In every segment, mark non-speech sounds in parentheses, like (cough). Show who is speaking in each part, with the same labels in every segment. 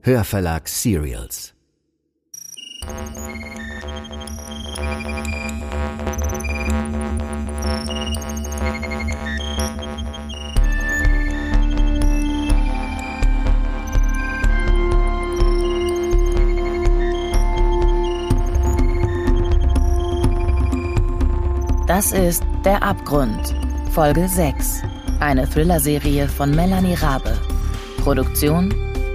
Speaker 1: Hörverlag Serials.
Speaker 2: Das ist Der Abgrund, Folge 6. Eine Thriller-Serie von Melanie Rabe. Produktion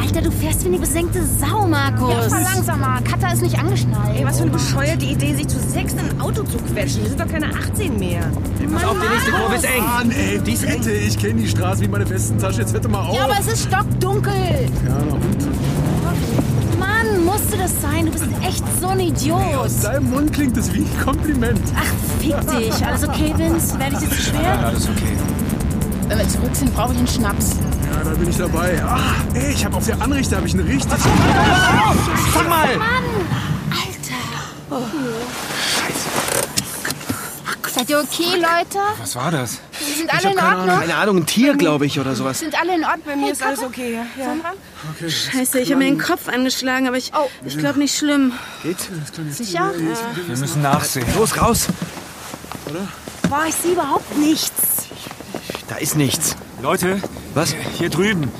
Speaker 3: Alter, du fährst wie eine besenkte Sau, Markus.
Speaker 4: Fahr langsamer. Katha ist nicht angeschnallt.
Speaker 5: Ey, was für eine bescheuerte Idee, sich zu sechs in ein Auto zu quetschen. Wir sind doch keine 18 mehr.
Speaker 6: Pass auf, die nächste Kurve ist eng.
Speaker 7: Mann, ey,
Speaker 6: Die ist eng.
Speaker 7: bitte, ich kenne die Straße wie meine festen Tasche. Jetzt bitte mal auf.
Speaker 4: Ja, aber es ist stockdunkel.
Speaker 3: Mann, musste das sein? Du bist echt so ein Idiot.
Speaker 7: Aus deinem Mund klingt das wie ein Kompliment.
Speaker 6: Ah.
Speaker 3: Ach, fick dich. Alles okay, Vince? Werde ich jetzt zu schwer?
Speaker 6: Alles okay.
Speaker 4: Wenn wir zurück sind, brauche ich einen Schnaps.
Speaker 7: Ja, da bin ich dabei. Ah, ey, ich habe auf der Anrichte habe ich eine richtig.
Speaker 6: Fang mal!
Speaker 4: Seid ihr okay, Leute?
Speaker 6: Was war das?
Speaker 4: Wir sind alle in Ordnung.
Speaker 6: Keine Ahnung, ein Tier, glaube ich, oder sowas.
Speaker 4: Sind alle in Ordnung.
Speaker 5: Mir ist alles okay. Ja.
Speaker 8: Scheiße, ich habe mir den Kopf angeschlagen, aber ich, ich glaube nicht schlimm.
Speaker 7: Geht?
Speaker 8: Sicher?
Speaker 6: Wir müssen nachsehen. Los, raus!
Speaker 5: Boah, ich sehe überhaupt nichts.
Speaker 6: Da ist nichts. Leute, was? Hier drüben,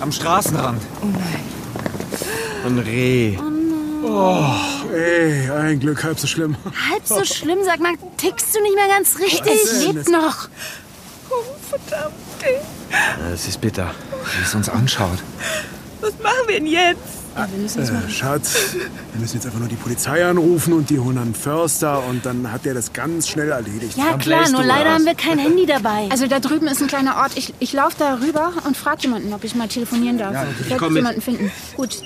Speaker 6: am Straßenrand.
Speaker 5: Oh
Speaker 6: Ein Reh.
Speaker 7: Ey, ein Glück, halb so schlimm.
Speaker 6: Ah,
Speaker 3: Halb so schlimm, sag mal, tickst du nicht mehr ganz richtig?
Speaker 7: denn?
Speaker 3: Lebt noch.
Speaker 6: Das ist bitter, wie es uns anschaut.
Speaker 7: Äh, Schatz, wir müssen jetzt einfach nur die Polizei anrufen und die holen einen Förster und dann hat der das ganz schnell erledigt.
Speaker 3: Ja, klar,
Speaker 6: bläst
Speaker 3: nur
Speaker 6: du
Speaker 3: leider
Speaker 6: was.
Speaker 3: haben wir kein Handy dabei.
Speaker 4: Also da drüben ist ein kleiner Ort. Ich, ich laufe da rüber und frage jemanden, ob ich mal telefonieren darf. Ja, ich werde
Speaker 6: komm mit.
Speaker 4: jemanden finden. Gut.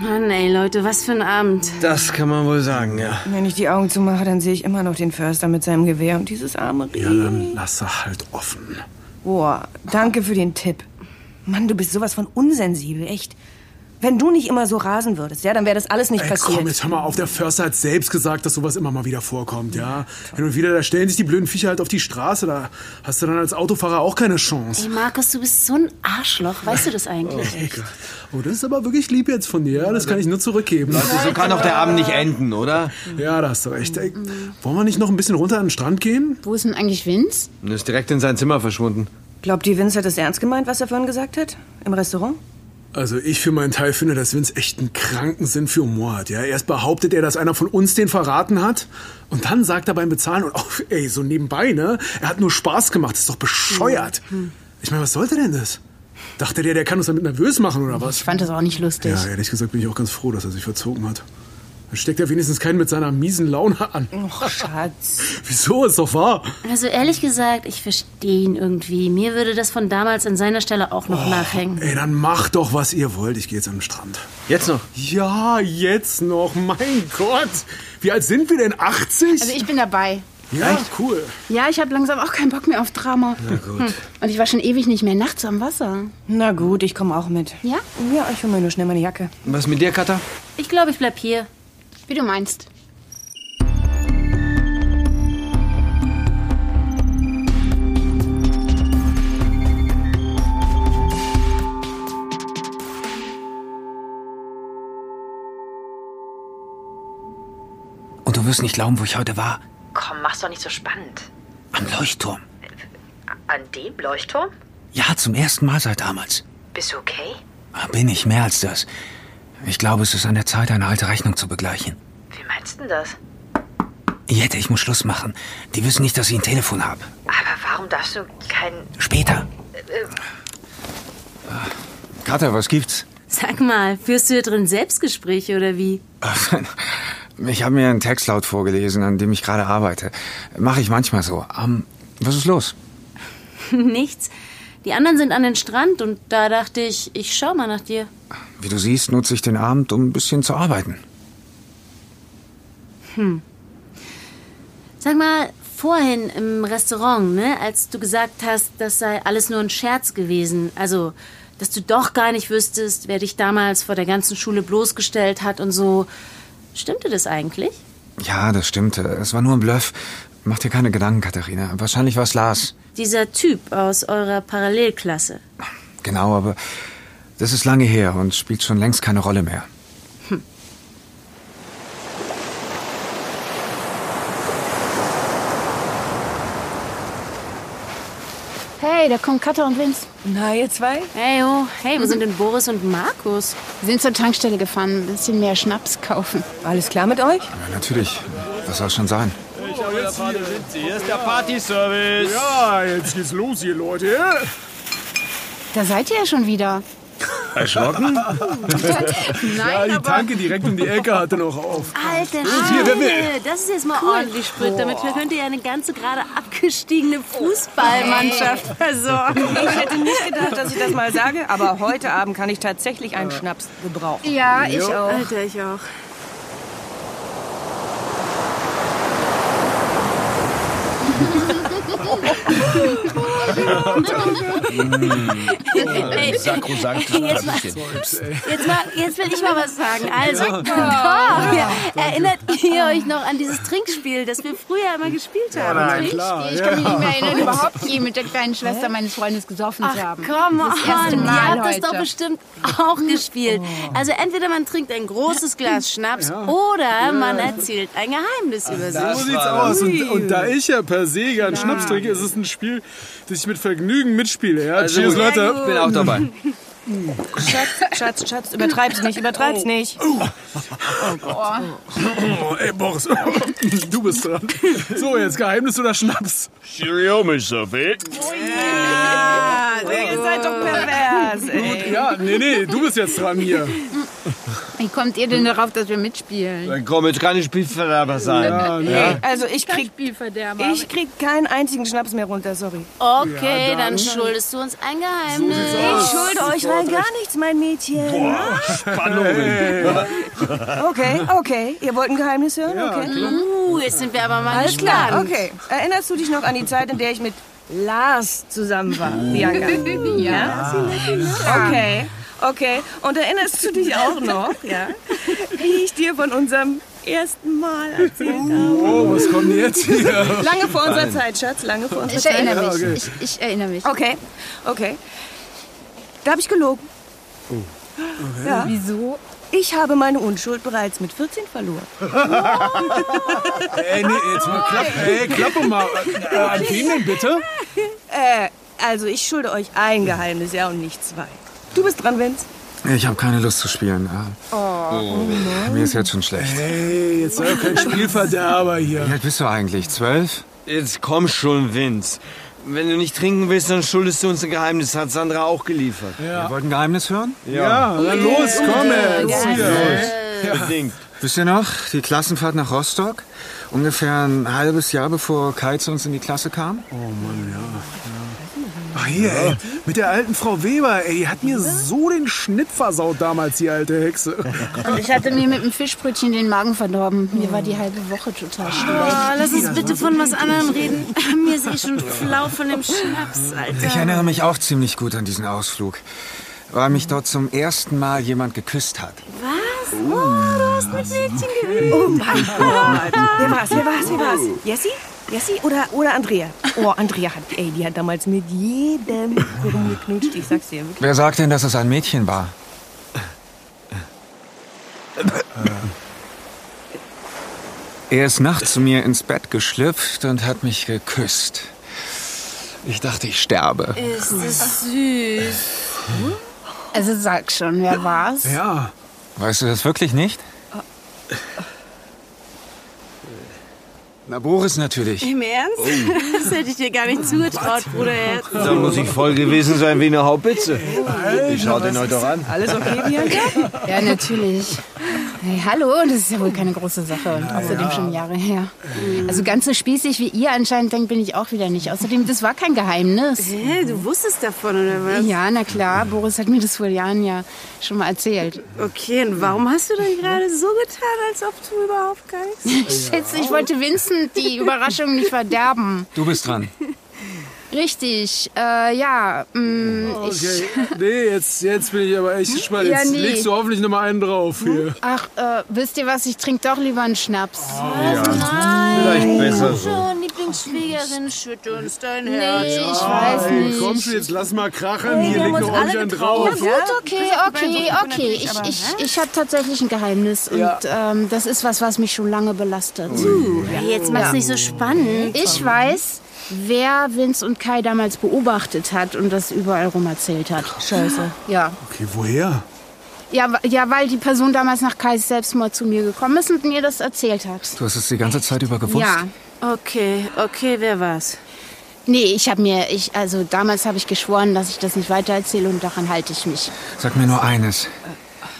Speaker 8: Mann, ey, Leute, was für ein Abend.
Speaker 6: Das kann man wohl sagen, ja.
Speaker 5: Wenn ich die Augen zumache, dann sehe ich immer noch den Förster mit seinem Gewehr und dieses arme
Speaker 7: Ja,
Speaker 5: Reh.
Speaker 7: dann lass er halt offen.
Speaker 5: Boah, danke für den Tipp. Mann, du bist sowas von unsensibel, echt. Wenn du nicht immer so rasen würdest, ja, dann wäre das alles nicht
Speaker 7: Ey,
Speaker 5: passiert.
Speaker 7: komm, jetzt hör mal auf. Der Förster hat selbst gesagt, dass sowas immer mal wieder vorkommt, ja. Hin und wieder, da stellen sich die blöden Viecher halt auf die Straße. Da hast du dann als Autofahrer auch keine Chance.
Speaker 3: Ey, Markus, du bist so ein Arschloch. Weißt du das eigentlich?
Speaker 7: Ey, Gott. Oh, das ist aber wirklich lieb jetzt von dir. Ja, das kann ich nur zurückgeben.
Speaker 6: Also So kann doch der Abend nicht enden, oder?
Speaker 7: Ja, da hast du recht. Ey, wollen wir nicht noch ein bisschen runter an den Strand gehen?
Speaker 4: Wo ist denn eigentlich Vince?
Speaker 6: Und ist direkt in sein Zimmer verschwunden.
Speaker 5: Glaubt ihr, Vince hat das ernst gemeint, was er vorhin gesagt hat? Im Restaurant?
Speaker 7: Also ich für meinen Teil finde, dass Vince echt einen kranken Sinn für Humor hat. Ja, erst behauptet er, dass einer von uns den verraten hat, und dann sagt er beim Bezahlen und auch, ey, so nebenbei, ne? Er hat nur Spaß gemacht. Das ist doch bescheuert.
Speaker 4: Mhm.
Speaker 7: Ich meine, was sollte denn das? Dachte der, der kann uns damit nervös machen oder was?
Speaker 4: Ich fand das auch nicht lustig.
Speaker 7: Ja, ehrlich gesagt bin ich auch ganz froh, dass er sich verzogen hat. Dann steckt er wenigstens keinen mit seiner miesen Laune an.
Speaker 4: Mhm.
Speaker 5: Och, Schatz.
Speaker 7: Wieso? Ist doch wahr.
Speaker 3: Also ehrlich gesagt, ich verstehe ihn irgendwie. Mir würde das von damals an seiner Stelle auch
Speaker 6: Oh.
Speaker 3: noch nachhängen.
Speaker 7: Ey, dann macht doch, was ihr wollt. Ich gehe jetzt an den Strand.
Speaker 6: Jetzt noch.
Speaker 7: Ja, jetzt noch. Mein Gott. Wie alt sind wir denn? 80?
Speaker 4: Also ich bin dabei.
Speaker 7: ja, cool.
Speaker 4: Ja, ich habe langsam auch keinen Bock mehr auf Drama. Na gut. Und ich war schon ewig nicht mehr nachts am Wasser.
Speaker 5: Na gut, ich komme auch mit.
Speaker 4: Ja?
Speaker 5: Ja, ich hole mir nur schnell meine Jacke.
Speaker 6: Was mit dir, Katha?
Speaker 3: Ich glaube, ich bleib hier.
Speaker 4: Wie du meinst.
Speaker 9: Und du wirst nicht glauben, wo ich heute war.
Speaker 10: Komm, mach's doch nicht so spannend.
Speaker 9: Am Leuchtturm.
Speaker 10: An dem Leuchtturm?
Speaker 9: Ja, zum ersten Mal seit damals.
Speaker 10: Bist du okay?
Speaker 9: Ah, Bin ich mehr als das. Ich glaube, es ist an der Zeit, eine alte Rechnung zu begleichen.
Speaker 10: Wie meinst du denn das?
Speaker 6: Jette, ich muss Schluss machen. Die wissen nicht, dass ich ein Telefon habe.
Speaker 10: Aber warum darfst du kein...
Speaker 6: Später.
Speaker 10: Äh,
Speaker 6: Kater, was gibt's?
Speaker 8: (laughs)
Speaker 6: (laughs)
Speaker 8: Sag mal, führst du hier drin Selbstgespräche oder wie? (laughs)
Speaker 6: Ich habe mir einen Text laut vorgelesen, an dem ich gerade arbeite. Mache ich manchmal so. Ähm, was ist los?
Speaker 8: Nichts. Die anderen sind an den Strand und da dachte ich, ich schau mal nach dir.
Speaker 6: Wie du siehst, nutze ich den Abend, um ein bisschen zu arbeiten.
Speaker 8: Hm. Sag mal, vorhin im Restaurant, ne, als du gesagt hast, das sei alles nur ein Scherz gewesen, also, dass du doch gar nicht wüsstest, wer dich damals vor der ganzen Schule bloßgestellt hat und so. Stimmte das eigentlich?
Speaker 6: Ja, das stimmte. Es war nur ein Bluff. Mach dir keine Gedanken, Katharina. Wahrscheinlich war es Lars.
Speaker 8: Dieser Typ aus eurer Parallelklasse.
Speaker 6: Genau, aber das ist lange her und spielt schon längst keine Rolle mehr.
Speaker 3: Hey, da kommen Katha und Vince.
Speaker 5: Na, ihr zwei?
Speaker 8: Hey, ho. Hey, wo sind denn Boris und Markus?
Speaker 3: Wir sind zur Tankstelle gefahren, ein bisschen mehr Schnaps kaufen.
Speaker 5: Alles klar mit euch?
Speaker 6: Ja, natürlich. Was soll schon sein?
Speaker 11: Hier ist der Party-Service.
Speaker 7: Ja, jetzt geht's los hier, Leute.
Speaker 3: Da seid ihr ja schon wieder.
Speaker 7: Erschrocken? ja,
Speaker 3: Nein,
Speaker 7: die
Speaker 3: aber...
Speaker 7: Tanke direkt um die Ecke hatte noch auf.
Speaker 8: Alter
Speaker 3: Ah,
Speaker 7: hier, wer will?
Speaker 8: Schwede, das ist jetzt mal ordentlich Sprit. Damit könnt ihr ja eine ganze gerade abgestiegene Fußballmannschaft
Speaker 3: (laughs)
Speaker 8: versorgen.
Speaker 5: Ich hätte nicht gedacht, dass ich das mal sage, aber heute Abend kann ich tatsächlich einen Schnaps gebrauchen.
Speaker 3: Ja, ich auch.
Speaker 12: Alter, ich auch.
Speaker 8: Ey,
Speaker 11: Sakrosankt.
Speaker 8: Jetzt mal, jetzt, mal,
Speaker 3: (laughs)
Speaker 8: jetzt will ich mal was sagen. Also, (laughs) komm, erinnert ihr euch noch an dieses Trinkspiel, das wir früher immer gespielt haben?
Speaker 3: Klar, ich kann mich nicht mehr erinnern, überhaupt je mit der kleinen Schwester meines Freundes gesoffen zu haben.
Speaker 8: Komm on,
Speaker 3: erste
Speaker 8: ihr
Speaker 3: Mal
Speaker 8: habt das
Speaker 3: heute. Oh.
Speaker 8: doch bestimmt auch gespielt. Also entweder man trinkt ein großes Glas Schnaps oder man erzählt ein Geheimnis über
Speaker 3: Also
Speaker 7: So
Speaker 8: sich.
Speaker 7: sieht's aus. Und, und da ich ja per se gern Schnaps trinke, ist es ein Spiel, das ich mit Vergnügen mitspiele. Ja?
Speaker 1: Also
Speaker 7: Cheers,
Speaker 1: gut.
Speaker 7: Leute.
Speaker 1: Ich bin auch dabei.
Speaker 5: Schatz, Schatz, Schatz, übertreib's nicht, übertreib's nicht.
Speaker 7: Oh, ey, Boris, (laughs) du bist dran. So, jetzt Geheimnis oder Schnaps?
Speaker 11: Cheerio, Mr. Big.
Speaker 5: Ihr seid doch pervers, ey.
Speaker 7: Ja, nee, nee, du bist jetzt dran hier.
Speaker 3: Wie kommt ihr denn darauf, dass wir mitspielen?
Speaker 1: Dann komm, jetzt kann ich Spielverderber sein.
Speaker 5: Nee, also ich krieg,
Speaker 3: Spielverderber.
Speaker 5: ich krieg keinen einzigen Schnaps mehr runter, sorry.
Speaker 8: Okay, dann schuldest du uns ein Geheimnis.
Speaker 5: Ich schulde euch rein gar nichts, mein Mädchen. Spannung. (laughs) Okay, okay. Ihr wollt ein Geheimnis hören? Okay.
Speaker 8: Uh, jetzt sind wir aber mal
Speaker 5: Alles klar,
Speaker 8: gespannt.
Speaker 5: okay. Erinnerst du dich noch an die Zeit, in der ich mit Lars zusammen war,
Speaker 3: (laughs)
Speaker 5: Bianca? Ja. Okay, okay. Und erinnerst du dich auch noch, ja, wie ich dir von unserem ersten Mal erzählt habe?
Speaker 7: Oh, was kommt denn jetzt hier?
Speaker 5: Lange vor unserer Zeit, Schatz, lange vor unserer
Speaker 3: Ich
Speaker 5: Zeit.
Speaker 3: erinnere mich. Ich, ich erinnere mich.
Speaker 5: Okay, okay. Da habe ich gelogen.
Speaker 7: Oh.
Speaker 5: Ja.
Speaker 3: Wieso?
Speaker 5: Ich habe meine Unschuld bereits mit 14 verloren.
Speaker 7: Ey, nee, jetzt mal klapp, ey, klappe mal. Äh, an wen denn bitte?
Speaker 5: Äh, also ich schulde euch ein Geheimnis, ja, und nicht zwei. Du bist dran, Vince.
Speaker 6: Ich habe keine Lust zu spielen. Äh, Mir ist jetzt schon schlecht.
Speaker 7: Ey, jetzt sei doch kein Spielverderber
Speaker 6: Wie
Speaker 7: hier.
Speaker 6: alt bist du eigentlich? Zwölf?
Speaker 1: Jetzt komm schon, Vince. Wenn du nicht trinken willst, dann schuldest du uns ein Geheimnis. Hat Sandra auch geliefert.
Speaker 6: Ihr wollt ein Geheimnis hören?
Speaker 7: Ja, dann los, komm jetzt. Hier.
Speaker 1: Unbedingt.
Speaker 6: Wisst ihr noch, die Klassenfahrt nach Rostock? Ungefähr ein halbes Jahr, bevor Kai zu uns in die Klasse kam?
Speaker 7: Ach hier, ey, mit der alten Frau Weber, ey, die hat mir so den Schnitt versaut damals, die alte Hexe.
Speaker 3: Also Ich hatte mir mit dem Fischbrötchen den Magen verdorben. Mir war die halbe Woche total schlecht.
Speaker 12: Oh, lass uns bitte von was anderem
Speaker 8: (laughs)
Speaker 12: reden. Mir ist eh schon flau von dem Schnaps,
Speaker 6: Ich
Speaker 12: Alter.
Speaker 6: erinnere mich auch ziemlich gut an diesen Ausflug, weil mich dort zum ersten Mal jemand geküsst hat.
Speaker 12: Was? Oh, du hast mit Mädchen geredet.
Speaker 5: Oh mein Gott. Wer war's, wer war's, wer war's? Jessie? Jessie oder, oder Andrea? Oh, Andrea hat, ey, die hat damals mit jedem rumgeknutscht, ich sag's dir.
Speaker 6: Wer sagt denn, dass es ein Mädchen war? Er ist nachts zu mir ins Bett geschlüpft und hat mich geküsst. Ich dachte, ich sterbe.
Speaker 12: Ist das süß.
Speaker 3: Also sag schon, wer war's?
Speaker 7: Ja,
Speaker 6: Weißt du das wirklich nicht? Na, Boris natürlich.
Speaker 12: Im Ernst? Das hätte ich dir gar nicht zugetraut, Bruderherz.
Speaker 1: Da muss ich voll gewesen sein wie eine Haubitze. Wie schaut denn euch doch an?
Speaker 5: Alles okay, Bianca?
Speaker 3: Ja, natürlich. Hey, hallo, das ist ja wohl keine große Sache und außerdem schon Jahre her. Also ganz so spießig wie ihr anscheinend denkt, bin ich auch wieder nicht. Außerdem, das war kein Geheimnis.
Speaker 12: Hä, du wusstest davon, oder was?
Speaker 3: Ja, na klar, Boris hat mir das vor Jahren ja schon mal erzählt.
Speaker 12: Okay, und warum hast du denn gerade so getan, als ob du überhaupt gar nichts...
Speaker 3: Schätze, ich wollte Vincent die Überraschung nicht verderben.
Speaker 6: Du bist dran.
Speaker 3: Richtig, äh, ja, mm, ich...
Speaker 7: Okay. Nee, jetzt, jetzt bin ich aber echt gespannt.
Speaker 3: Ja,
Speaker 7: Jetzt
Speaker 3: nee.
Speaker 7: legst du hoffentlich nochmal einen drauf hier.
Speaker 3: Ach, äh, wisst ihr was, ich trinke doch lieber einen Schnaps.
Speaker 1: Vielleicht besser so.
Speaker 12: Schon, Lieblingsschwiegerin, schütte uns dein
Speaker 3: Nee,
Speaker 12: Herz.
Speaker 3: ich weiß
Speaker 7: Ey,
Speaker 3: nicht.
Speaker 7: komm schon, jetzt lass mal krachen. Hier legt noch ordentlich einen
Speaker 3: Ja
Speaker 7: drauf.
Speaker 3: gut, okay, okay, okay. Ich, ne? ich, ich habe tatsächlich ein Geheimnis und ähm, das ist was, was mich schon lange belastet.
Speaker 8: Hey, jetzt mach's nicht so spannend.
Speaker 3: Ich weiß, wer Vince und Kai damals beobachtet hat und das überall rum erzählt hat. Scheiße. Ja.
Speaker 7: Okay, woher?
Speaker 3: Ja, wa- ja, weil die Person damals nach Kais Selbstmord zu mir gekommen ist und mir das erzählt hat.
Speaker 6: Du hast es die ganze Zeit über gewusst?
Speaker 3: Ja.
Speaker 8: Okay, okay, wer war's?
Speaker 3: Nee, ich habe mir, ich, also damals habe ich geschworen, dass ich das nicht weitererzähle und daran halte ich mich.
Speaker 6: Sag mir nur eines.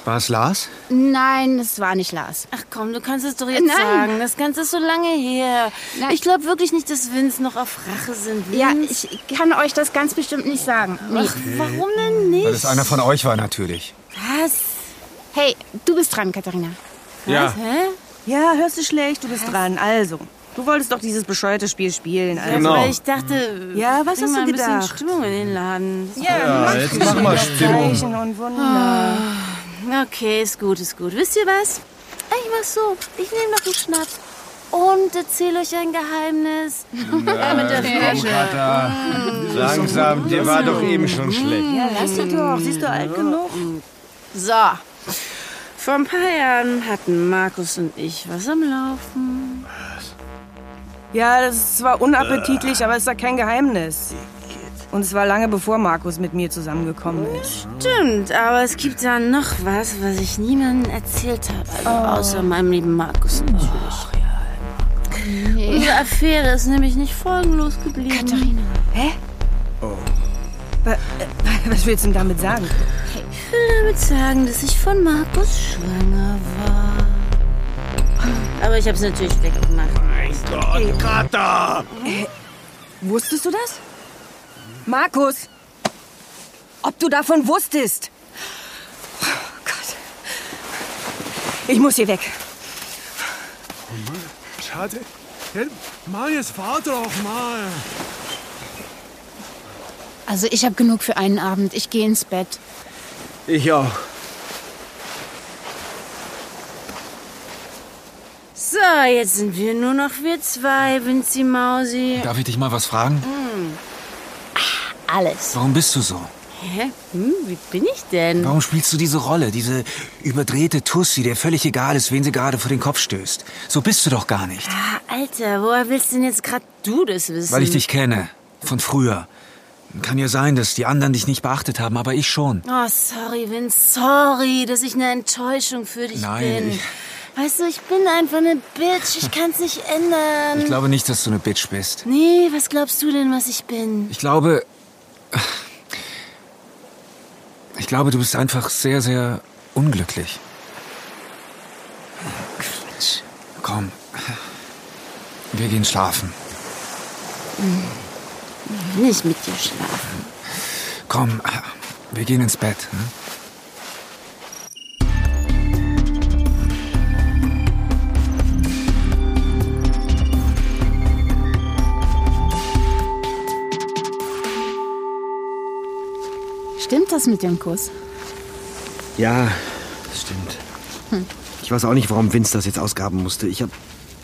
Speaker 6: War es Lars?
Speaker 3: Nein, es war nicht Lars.
Speaker 8: Ach komm, du kannst es doch jetzt
Speaker 3: Nein.
Speaker 8: sagen. Das Ganze ist so lange her.
Speaker 3: Nein.
Speaker 8: Ich glaube wirklich nicht, dass Vince noch auf Rache sind.
Speaker 3: Ja, ich kann euch das ganz bestimmt nicht sagen. Nee.
Speaker 8: Warum denn
Speaker 6: Weil
Speaker 8: nicht?
Speaker 6: es einer von euch war natürlich.
Speaker 8: Was?
Speaker 3: Hey, du bist dran, Katharina.
Speaker 6: Ja.
Speaker 8: Hä?
Speaker 5: Ja, hörst du schlecht, du bist dran. Also, du wolltest doch dieses bescheuerte Spiel spielen. Also.
Speaker 1: Genau.
Speaker 8: Weil ich dachte,
Speaker 5: Ja, was
Speaker 8: bring
Speaker 5: hast
Speaker 8: mal
Speaker 5: du
Speaker 8: ein bisschen
Speaker 5: gedacht?
Speaker 8: Stimmung in den Laden.
Speaker 1: Ja, jetzt mach mal Stimmung.
Speaker 5: Zeichen und Wunder.
Speaker 8: Okay, ist gut, ist gut. Wisst ihr was? Ich mach's so. Ich nehme noch einen Schnaps und erzähle euch ein Geheimnis.
Speaker 1: Komm, Katha. Langsam, dir war doch eben schon schlecht.
Speaker 5: Ja, lass sie doch. Siehst du alt genug?
Speaker 8: So. Vor ein paar Jahren hatten Markus und ich was am Laufen.
Speaker 5: Ja, das ist zwar unappetitlich, aber es ist da kein Geheimnis. Und es war lange bevor Markus mit mir zusammengekommen ist.
Speaker 8: Stimmt, aber es gibt da noch was, was ich niemandem erzählt habe.
Speaker 6: Oh.
Speaker 8: Also Außer meinem lieben Markus natürlich. Unsere Affäre ist nämlich nicht folgenlos geblieben. Katharina.
Speaker 5: Wa- äh, Was willst du denn damit sagen?
Speaker 8: Ich will damit sagen, dass ich von Markus schwanger war. Aber ich habe es natürlich weggemacht.
Speaker 5: Wusstest du das? Markus! Ob du davon wusstest? Oh Gott. Ich muss hier weg.
Speaker 7: Schade. Ja, Mann, jetzt fahr doch mal.
Speaker 3: Also ich habe genug für einen Abend. Ich gehe ins Bett.
Speaker 1: Ich auch.
Speaker 8: So, jetzt sind wir nur noch wir zwei, Vinzi Mausi.
Speaker 6: Darf ich dich mal was fragen?
Speaker 8: Alles.
Speaker 6: Warum bist du so?
Speaker 8: Hä? Hm, wie bin ich denn?
Speaker 6: Warum spielst du diese Rolle? Diese überdrehte Tussi, der völlig egal ist, wen sie gerade vor den Kopf stößt. So bist du doch gar nicht.
Speaker 8: Ah, Alter, woher willst denn jetzt gerade du das wissen?
Speaker 6: Weil ich dich kenne. Von früher. Kann ja sein, dass die anderen dich nicht beachtet haben, aber ich schon.
Speaker 8: Oh, sorry, Vince, sorry, dass ich eine Enttäuschung für dich
Speaker 6: Nein,
Speaker 8: bin.
Speaker 6: ich-
Speaker 8: Weißt du, ich bin einfach eine Bitch, ich
Speaker 6: (laughs)
Speaker 8: kann's nicht ändern.
Speaker 6: Ich glaube nicht, dass du eine Bitch bist.
Speaker 8: nee, was glaubst du denn, was ich bin?
Speaker 6: Ich glaube. Ich glaube, du bist einfach sehr, sehr unglücklich. Quatsch. Komm. Wir gehen schlafen.
Speaker 8: Ich will Hm. nicht mit dir schlafen.
Speaker 6: Komm, wir gehen ins Bett. Ne?
Speaker 3: Stimmt das mit dem Kuss?
Speaker 1: Ja, das stimmt. Ich weiß auch nicht, warum Vince das jetzt ausgraben musste. Ich habe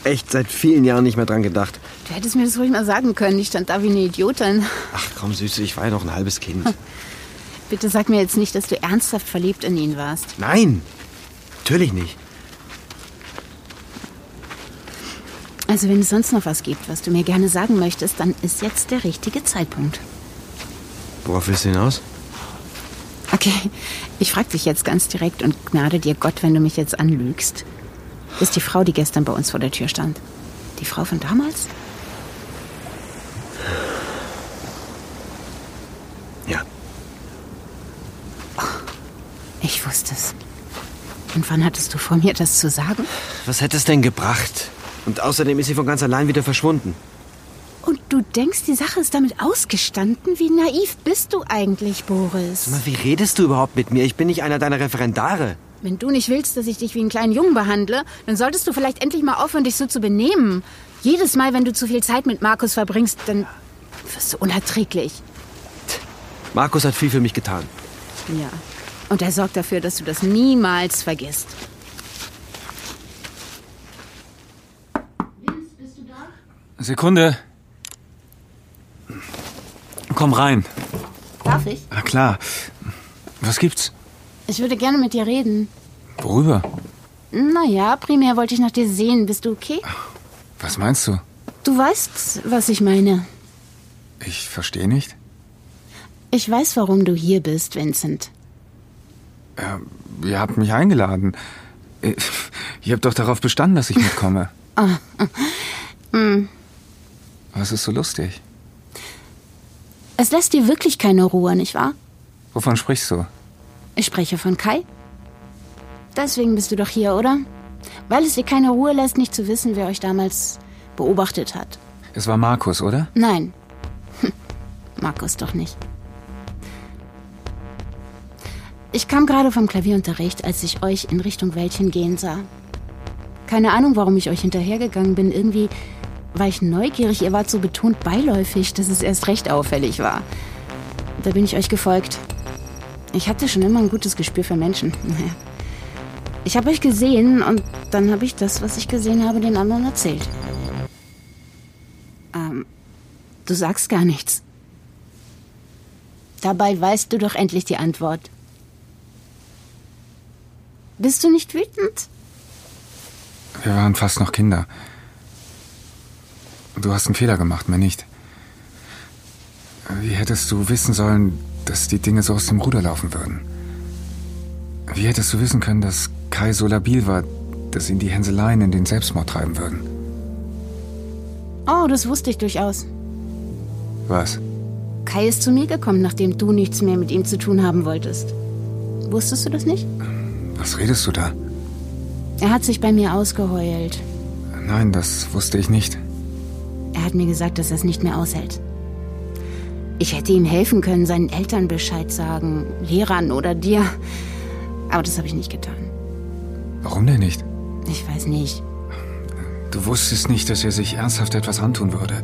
Speaker 1: echt seit vielen Jahren nicht mehr dran gedacht.
Speaker 3: Du hättest mir das ruhig mal sagen können. Ich stand da wie eine Idiotin.
Speaker 1: Ach komm, Süße, ich war ja noch ein halbes Kind.
Speaker 3: Bitte sag mir jetzt nicht, dass du ernsthaft verliebt in ihn warst.
Speaker 1: Nein, natürlich nicht.
Speaker 3: Also wenn es sonst noch was gibt, was du mir gerne sagen möchtest, dann ist jetzt der richtige Zeitpunkt.
Speaker 1: Worauf willst du hinaus?
Speaker 3: Okay, ich frag dich jetzt ganz direkt und gnade dir Gott, wenn du mich jetzt anlügst. Das ist die Frau, die gestern bei uns vor der Tür stand. Die Frau von damals?
Speaker 1: Ja.
Speaker 3: Ich wusste es. Und wann hattest du vor mir das zu sagen?
Speaker 1: Was hätte es denn gebracht? Und außerdem ist sie von ganz allein wieder verschwunden.
Speaker 3: Und du denkst, die Sache ist damit ausgestanden? Wie naiv bist du eigentlich, Boris?
Speaker 1: Sag mal, wie redest du überhaupt mit mir? Ich bin nicht einer deiner Referendare.
Speaker 3: Wenn du nicht willst, dass ich dich wie einen kleinen Jungen behandle, dann solltest du vielleicht endlich mal aufhören, dich so zu benehmen. Jedes Mal, wenn du zu viel Zeit mit Markus verbringst, dann wirst du unerträglich.
Speaker 1: Markus hat viel für mich getan.
Speaker 3: Ja. Und er sorgt dafür, dass du das niemals vergisst.
Speaker 6: Sekunde. Komm rein.
Speaker 3: Darf ich?
Speaker 6: Na klar. Was gibt's?
Speaker 3: Ich würde gerne mit dir reden.
Speaker 6: Worüber?
Speaker 3: Naja, primär wollte ich nach dir sehen. Bist du okay?
Speaker 6: Was meinst du?
Speaker 3: Du weißt, was ich meine.
Speaker 6: Ich verstehe nicht.
Speaker 3: Ich weiß, warum du hier bist, Vincent.
Speaker 6: Äh, ihr habt mich eingeladen. Äh, Ihr habt doch darauf bestanden, dass ich mitkomme.
Speaker 3: Ah. Hm.
Speaker 6: Was ist so lustig?
Speaker 3: Es lässt dir wirklich keine Ruhe, nicht wahr?
Speaker 6: Wovon sprichst du?
Speaker 3: Ich spreche von Kai. Deswegen bist du doch hier, oder? Weil es dir keine Ruhe lässt, nicht zu wissen, wer euch damals beobachtet hat.
Speaker 6: Es war Markus, oder?
Speaker 3: Nein. (laughs) Hm, Markus doch nicht. Ich kam gerade vom Klavierunterricht, als ich euch in Richtung Wäldchen gehen sah. Keine Ahnung, warum ich euch hinterhergegangen bin. Irgendwie war ich neugierig. Ihr wart so betont beiläufig, dass es erst recht auffällig war. Da bin ich euch gefolgt. Ich hatte schon immer ein gutes Gespür für Menschen. (laughs) Naja. Ich habe euch gesehen und dann habe ich das, was ich gesehen habe, den anderen erzählt. Ähm, du sagst gar nichts. Dabei weißt du doch endlich die Antwort. Bist du nicht wütend?
Speaker 6: Wir waren fast noch Kinder. Du hast einen Fehler gemacht, mir nicht. Wie hättest du wissen sollen, dass die Dinge so aus dem Ruder laufen würden? Wie hättest du wissen können, dass Kai so labil war, dass ihn die Hänseleien in den Selbstmord treiben würden?
Speaker 3: Oh, das wusste ich durchaus.
Speaker 6: Was?
Speaker 3: Kai ist zu mir gekommen, nachdem du nichts mehr mit ihm zu tun haben wolltest. Wusstest du das nicht?
Speaker 6: Was redest du da?
Speaker 3: Er hat sich bei mir ausgeheult.
Speaker 6: Nein, das wusste ich nicht.
Speaker 3: Er hat mir gesagt, dass er es nicht mehr aushält. Ich hätte ihm helfen können, seinen Eltern Bescheid sagen, Lehrern oder dir. Aber das habe ich nicht getan.
Speaker 6: Warum denn nicht?
Speaker 3: Ich weiß nicht.
Speaker 6: Du wusstest nicht, dass er sich ernsthaft etwas antun würde.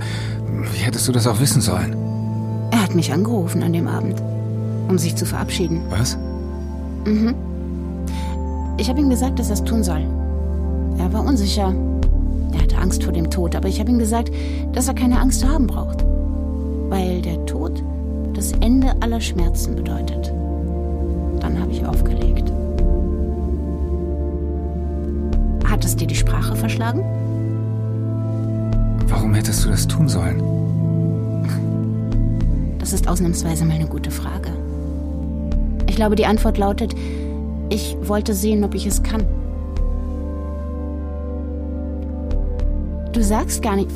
Speaker 6: Wie hättest du das auch wissen sollen?
Speaker 3: Er hat mich angerufen an dem Abend, um sich zu verabschieden.
Speaker 6: Was?
Speaker 3: Mhm. Ich habe ihm gesagt, dass er es tun soll. Er war unsicher. Er hatte Angst vor dem Tod, aber ich habe ihm gesagt, dass er keine Angst haben braucht. Weil der Tod das Ende aller Schmerzen bedeutet. Dann habe ich aufgelegt. Hat es dir die Sprache verschlagen?
Speaker 6: Warum hättest du das tun sollen?
Speaker 3: Das ist ausnahmsweise mal eine gute Frage. Ich glaube, die Antwort lautet, ich wollte sehen, ob ich es kann. Du sagst gar nicht.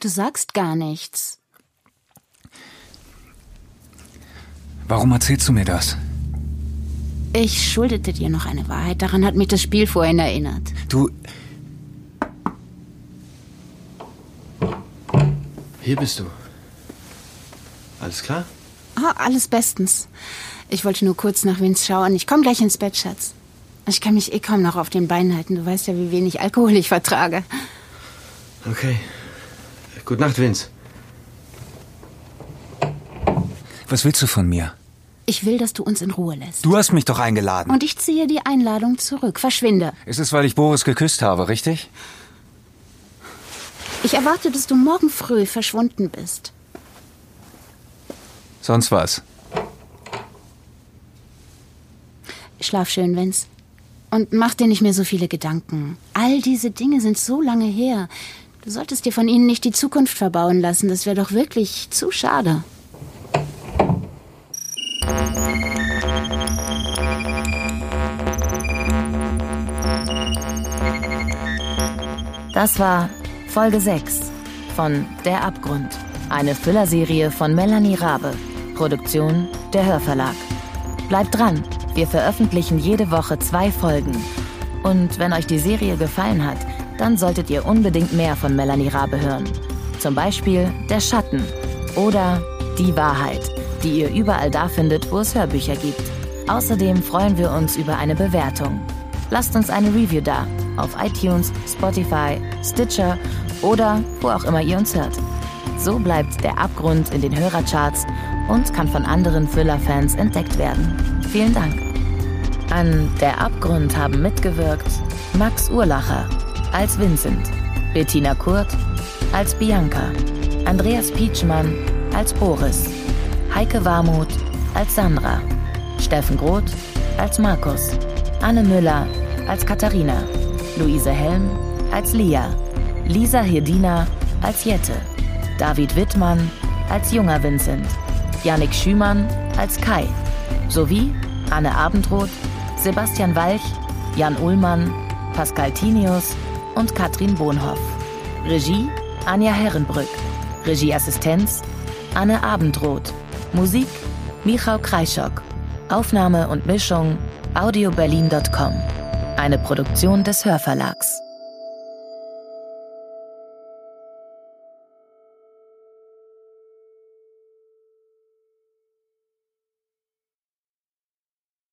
Speaker 3: Du sagst gar nichts.
Speaker 6: Warum erzählst du mir das?
Speaker 3: Ich schuldete dir noch eine Wahrheit. Daran hat mich das Spiel vorhin erinnert.
Speaker 6: Du.
Speaker 1: Hier bist du. Alles klar?
Speaker 3: Ah, alles bestens. Ich wollte nur kurz nach Vince schauen. Ich komme gleich ins Bett, Schatz. Ich kann mich eh kaum noch auf den Beinen halten. Du weißt ja, wie wenig Alkohol ich vertrage.
Speaker 1: Okay. Gute Nacht, Vince.
Speaker 6: Was willst du von mir?
Speaker 3: Ich will, dass du uns in Ruhe lässt.
Speaker 6: Du hast mich doch eingeladen.
Speaker 3: Und ich ziehe die Einladung zurück. Verschwinde.
Speaker 6: Es ist, weil ich Boris geküsst habe, richtig?
Speaker 3: Ich erwarte, dass du morgen früh verschwunden bist.
Speaker 6: Sonst was.
Speaker 3: Schlaf schön, Vince. Und mach dir nicht mehr so viele Gedanken. All diese Dinge sind so lange her. Du solltest dir von ihnen nicht die Zukunft verbauen lassen. Das wäre doch wirklich zu schade.
Speaker 2: Das war Folge 6 von Der Abgrund. Eine Thriller-Serie von Melanie Rabe. Produktion der Hörverlag. Bleibt dran, wir veröffentlichen jede Woche zwei Folgen. Und wenn euch die Serie gefallen hat, dann solltet ihr unbedingt mehr von Melanie Rabe hören. Zum Beispiel Der Schatten oder Die Wahrheit, die ihr überall da findet, wo es Hörbücher gibt. Außerdem freuen wir uns über eine Bewertung. Lasst uns eine Review da auf iTunes, Spotify, Stitcher oder wo auch immer ihr uns hört. So bleibt der Abgrund in den Hörercharts und kann von anderen Thriller-Fans entdeckt werden. Vielen Dank. An Der Abgrund haben mitgewirkt Max Urlacher als Vincent, Bettina Kurt als Bianca, Andreas Pietschmann als Boris, Heike Warmuth als Sandra, Steffen Groth als Markus, Anne Müller als Katharina, Luise Helm als Lia, Lisa Hirdina als Jette, David Wittmann als junger Vincent, Yannick Schümann als Kai, sowie Anne Abendroth, Sebastian Walch, Jan Ullmann, Pascal Tinius und Katrin Bohnhoff. Regie Anja Herrenbrück. Regieassistenz Anne Abendroth. Musik Michał Kreischock. Aufnahme und Mischung audioberlin.com. Eine Produktion des Hörverlags.